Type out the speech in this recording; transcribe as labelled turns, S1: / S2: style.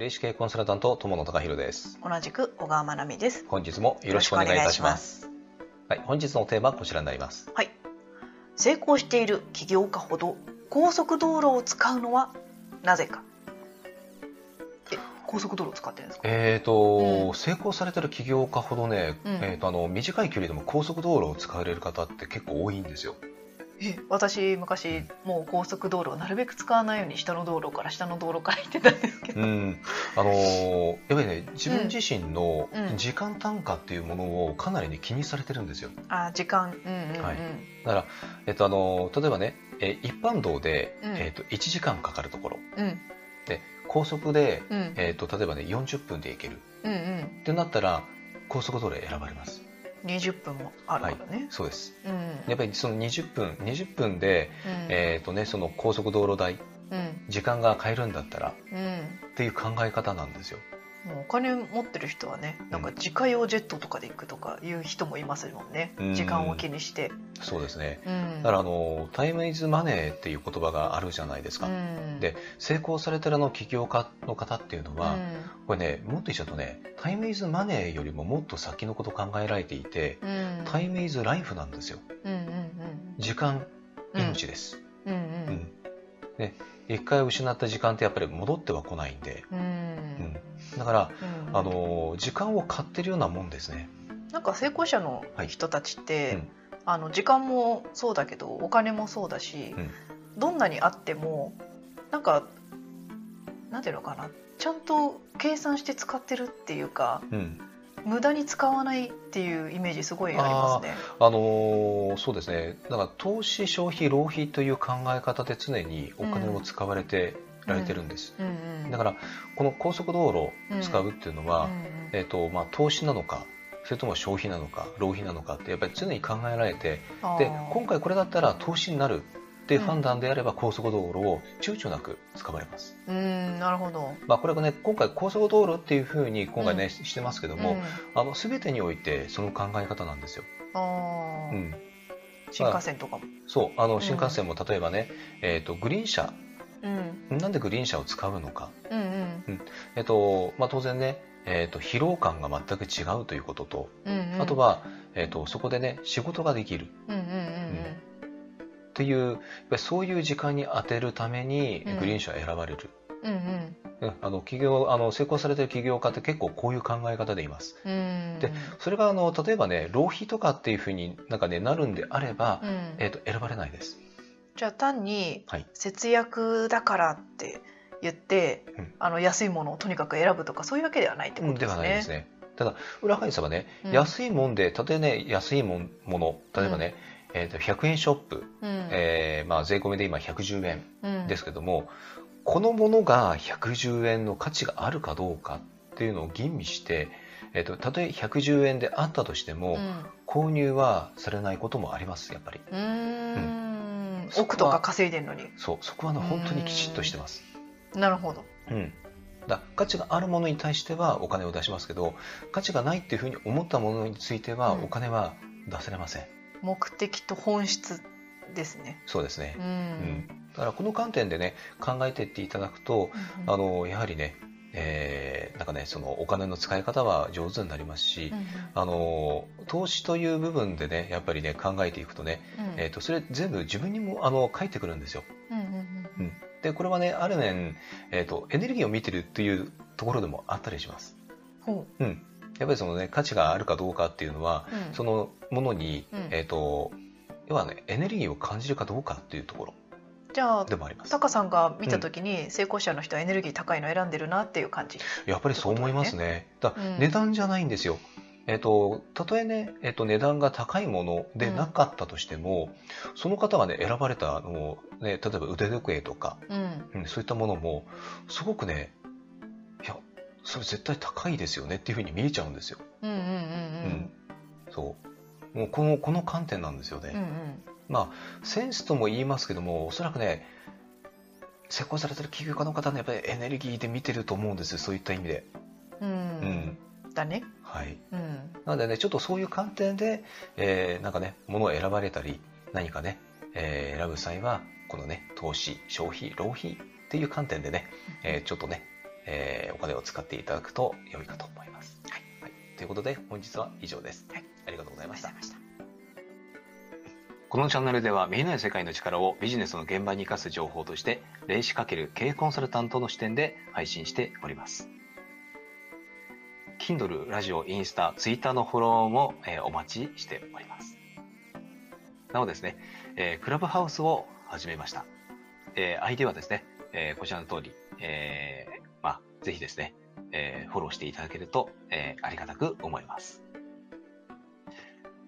S1: 霊視系コンサルタント友野貴弘です
S2: 同じく小川まなみです。
S1: 本日もよろしくお願いいたします
S2: す。
S1: はい、本日のテーマはこちらになります
S2: はい。成功している起業家ほど高速道路を使うのはなぜか。え、高速道路を使ってるんですか。
S1: えーと、
S2: うん
S1: 成功されてる起業家ほどね、
S2: うん
S1: えー、とあの短い距離でも高速道路を使われる方って結構多いんですよ
S2: え、私昔もう高速道路をなるべく使わないように下の道路から下の道路から行ってたんですけど。
S1: うんあのーやっぱりね自分自身の
S2: うんうん
S1: 時間単価っていうものをかなりね気にされてるんですよ
S2: あ、時間。うんうんうん。
S1: はいだから、えっとあのー例えばね、えー一般道で、
S2: うん
S1: えー、と1時間かかるところ
S2: うん
S1: 高速で、
S2: うん
S1: えー、と例えばね40分で行ける
S2: うんうん。
S1: ってなったら高速道路選ばれます
S2: 二十分もあるからね。
S1: そうです
S2: うん
S1: やっぱりその20分20分で、えーとね、その高速道路代
S2: うんうん
S1: 時間が買えるんだったら
S2: うん。
S1: っていう考え方なんですよ
S2: もうお金持ってる人はねなんか自家用ジェットとかで行くとかいう人もいますもんね、
S1: うん
S2: 時間を気にして、
S1: そうですね
S2: うん、
S1: だからあのタイムイズマネーっていう言葉があるじゃないですか、
S2: うん、
S1: で成功されてるあの起業家の方っていうのは、これねもっと言っちゃうとねタイムイズマネーよりももっと先のこと考えられていて
S2: うん、うん、
S1: タイムイズライフなんですよ
S2: うんうん
S1: 時間
S2: うん
S1: 命です、
S2: うんう
S1: うんんね、一回失った時間ってやっぱり戻ってはこないんで、
S2: うんうん
S1: うん、だから
S2: うん
S1: あの時間を買ってるようなもんですね。
S2: なんか成功者の
S1: はい
S2: 人たちって、
S1: うん
S2: あの時間もそうだけどお金もそうだし、
S1: うん
S2: どんなにあってもなんかなんていうのかなちゃんと計算して使ってるっていうか
S1: うん、
S2: 無駄に使わないっていうイメージすごいありますね。
S1: あのーそうですね。だから投資、消費、浪費という考え方で常にお金を使われてられてるんです。だからこの高速道路を使うっていうのは、えっ、とまあ投資なのか。それとも消費なのか浪費なのかってやっぱり常に考えられてで今回これだったら投資になるっていう判断であれば高速道路を躊躇なく使われます、
S2: うんなるほど。
S1: まあ、これがね今回高速道路っていうふうに今回ね、
S2: うん
S1: してますけども、あの全てにおいてその考え方なんですよ。
S2: あ
S1: うん、
S2: 新幹線とかも。
S1: そうあの
S2: ん
S1: 新幹線も例えばね、えー、とグリーン車
S2: うん
S1: なんでグリーン車を使うのか、
S2: うんうん
S1: えーとまあ、当然ね、えー、と疲労感が全く違うということと、
S2: うんうん。
S1: あとは、えー、とそこでね仕事ができる
S2: うんうんうん
S1: というやっぱりそういう時間に当てるために
S2: うん
S1: グリーン車を選ばれる。
S2: うんうん
S1: うんあの企業あの成功されてる起業家って結構こういう考え方でいます
S2: うん。
S1: でそれがあの例えばね浪費とかっていうふうになんか、ね、なるんであれば、
S2: うん
S1: えー、と選ばれないです
S2: じゃあ単に
S1: はい
S2: 節約だからって言って
S1: うん、
S2: あの安いものをとにかく選ぶとかそういうわけではないってこ
S1: うん
S2: と
S1: で
S2: で
S1: は
S2: す
S1: ないで
S2: ね
S1: す。ね。ただ裏返せばね、
S2: うん
S1: 安いもんで例えばね安いもんもの例えばね、えー、と100円ショップ、
S2: うん
S1: えーまあ、税込みで今110円
S2: うん
S1: ですけども、このものが110円の価値があるかどうかっていうのを吟味して、えー、とたとえ110円であったとしても、
S2: うん
S1: 購入はされないこともありますやっぱり。
S2: うーん
S1: そこは
S2: 億とか稼いでるのに。
S1: そうそこはね本当にきちっとしてます。
S2: なるほど。
S1: うん、だ価値があるものに対してはお金を出しますけど価値がないっていうふうに思ったものについては
S2: うん
S1: お金は出せれません、
S2: 目的と本質ですね。
S1: そうですね
S2: う、
S1: うん
S2: ん。
S1: だからこの観点でね考えていっていただくとあのやはりね、えーなんかねそのお金の使い方は上手になりますし、
S2: うんうん
S1: あの投資という部分でねやっぱりね考えていくとね、
S2: うん
S1: えー、とそれ全部自分にもあの返ってくるんですよ。
S2: うんうんうん
S1: うん、でこれはねある面、えー、とエネルギーを見てるっていうところでもあったりします。
S2: ほ
S1: うん、やっぱりそのね価値があるかどうかっていうのは、
S2: ううん
S1: そのものに、
S2: うん
S1: えっ、と要はねエネルギーを感じるかどうかっていうところ
S2: じゃあ
S1: でもあります
S2: タ。カさんが見た時に成功者の人はエネルギー高いの選んでるなっていう感じ、
S1: やっぱりそう思いますね。だから
S2: うん
S1: 値段じゃないんですよ。えっ、とたとえねえっ、と値段が高いものでなかったとしても、その方がね選ばれたあのね例えば腕時計とか、
S2: うん、
S1: うん、そういったものもすごくねいやそれ絶対高いですよねっていうふうに見えちゃうんですよ。
S2: うんうんうん
S1: うんそうもうこのこの観点なんですよね。
S2: うんうんうん
S1: まあ、センスとも言いますけどもおそらくね成功されてる起業家の方のやっぱりエネルギーで見てると思うんですそういった意味で、う
S2: う
S1: んん
S2: だね
S1: はい、
S2: うん
S1: なのでねちょっとそういう観点で、えーなんかねものを選ばれたり何かね、えー選ぶ際はこのね投資消費浪費っていう観点でね、えーちょっとねえーお金を使っていただくと良いかと思います。はいということで本日は以上です。
S2: はい
S1: ありがとうございました。
S2: ました。
S1: このチャンネルでは見えない世界の力をビジネスの現場に生かす情報として、霊視×経営コンサルタントの視点で配信しております。Kindle、ラジオ、インスタ、ツイッターのフォローも、えーお待ちしております。なおですね、えークラブハウスを始めました。えー、ID はですね、えーこちらの通り、えーまあ、ぜひですね、えーフォローしていただけると、えーありがたく思います。